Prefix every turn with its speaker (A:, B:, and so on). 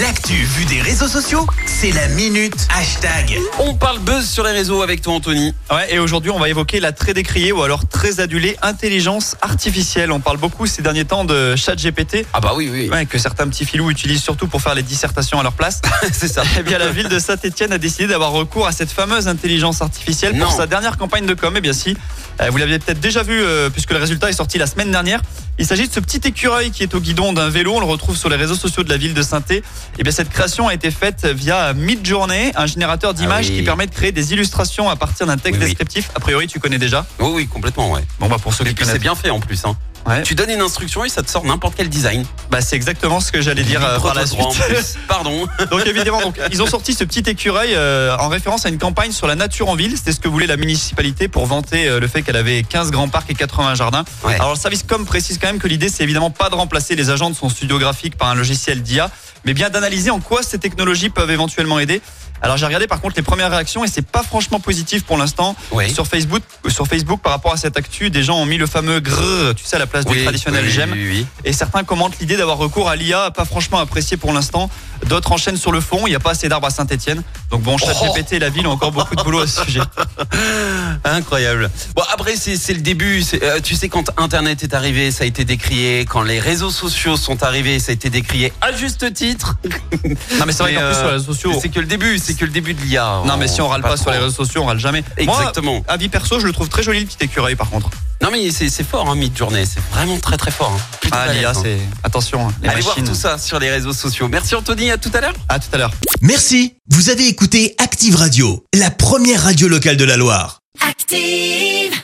A: L'actu vue des réseaux sociaux, c'est la minute hashtag.
B: On parle buzz sur les réseaux avec toi, Anthony.
C: Ouais, et aujourd'hui, on va évoquer la très décriée ou alors très adulée intelligence artificielle. On parle beaucoup ces derniers temps de ChatGPT,
B: Ah bah oui, oui.
C: ouais, que certains petits filous utilisent surtout pour faire les dissertations à leur place.
B: c'est ça.
C: Eh bien, la ville de Saint-Etienne a décidé d'avoir recours à cette fameuse intelligence artificielle pour
B: Non.
C: sa dernière campagne de com. Eh bien, si, Euh, vous l'aviez peut-être déjà vu, euh, puisque le résultat est sorti la semaine dernière. Il s'agit de ce petit écureuil qui est au guidon d'un vélo. On le retrouve sur les réseaux sociaux de la ville de saint Eh bien, cette création a été faite via Midjourney, un générateur d'images
B: Ah oui.
C: qui permet de créer des illustrations à partir d'un texte
B: Oui, oui.
C: descriptif. A priori, tu connais déjà.
B: Oui, oui, complètement, ouais.
C: Bon, bah, pour ceux
B: Et
C: qui
B: puis c'est
C: connaissent.
B: bien fait en plus. Hein.
C: Ouais.
B: Tu donnes une instruction et ça te sort n'importe quel design.
C: Bah, c'est exactement ce que j'allais dire euh, par la
B: Droit en
C: suite.
B: plus. Pardon.
C: Donc évidemment, donc, ils ont sorti ce petit écureuil euh, en référence à une campagne sur la nature en ville. C'était ce que voulait la municipalité pour vanter euh, le fait qu'elle avait 15 grands parcs et 80 jardins.
B: Ouais.
C: Alors le service com précise quand même que l'idée, c'est évidemment pas de remplacer les agents de son studio graphique par un logiciel d'IA, mais bien d'analyser en quoi ces technologies peuvent éventuellement aider. Alors j'ai regardé par contre les premières réactions et c'est pas franchement positif pour l'instant.
B: Ouais.
C: Sur Facebook, euh, sur Facebook par rapport à cette actu, des gens ont mis le fameux grrr, tu sais à la place du
B: Oui,
C: traditionnel
B: oui,
C: j'aime.
B: Oui, oui.
C: Et certains commentent l'idée d'avoir recours à l'IA, pas franchement apprécié pour l'instant. D'autres enchaînent sur le fond, il n'y a pas assez d'arbres à Saint-Etienne. Donc bon, ChatGPT et la ville ont encore beaucoup de boulot à ce sujet.
B: Incroyable. Bon, après, c'est c'est le début. C'est, euh, tu sais, quand Internet est arrivé, ça a été décrié. Quand les réseaux sociaux sont arrivés, ça a été décrié à juste titre.
C: Non mais c'est vrai
B: Mais,
C: qu'en
B: euh,
C: plus sur les réseaux
B: Mais
C: sociaux...
B: C'est que le début, c'est que le début de l'IA.
C: Oh. Non mais si on râle pas sur les
B: trop.
C: réseaux sociaux, on râle jamais.
B: Exactement.
C: Moi, avis perso, je le trouve très joli le petit écureuil par contre.
B: Non mais c'est c'est fort, hein, mid-journée. C'est vraiment très très fort. hein. Plutôt
C: Ah
B: balèze,
C: l'IA,
B: hein.
C: c'est... Attention, hein, les
B: Allez voir
C: machines.
B: tout ça sur les réseaux sociaux. Merci Anthony, à tout à l'heure.
C: À tout à l'heure.
D: Merci, vous avez écouté Active Radio, la première radio locale de la Loire.
E: Active.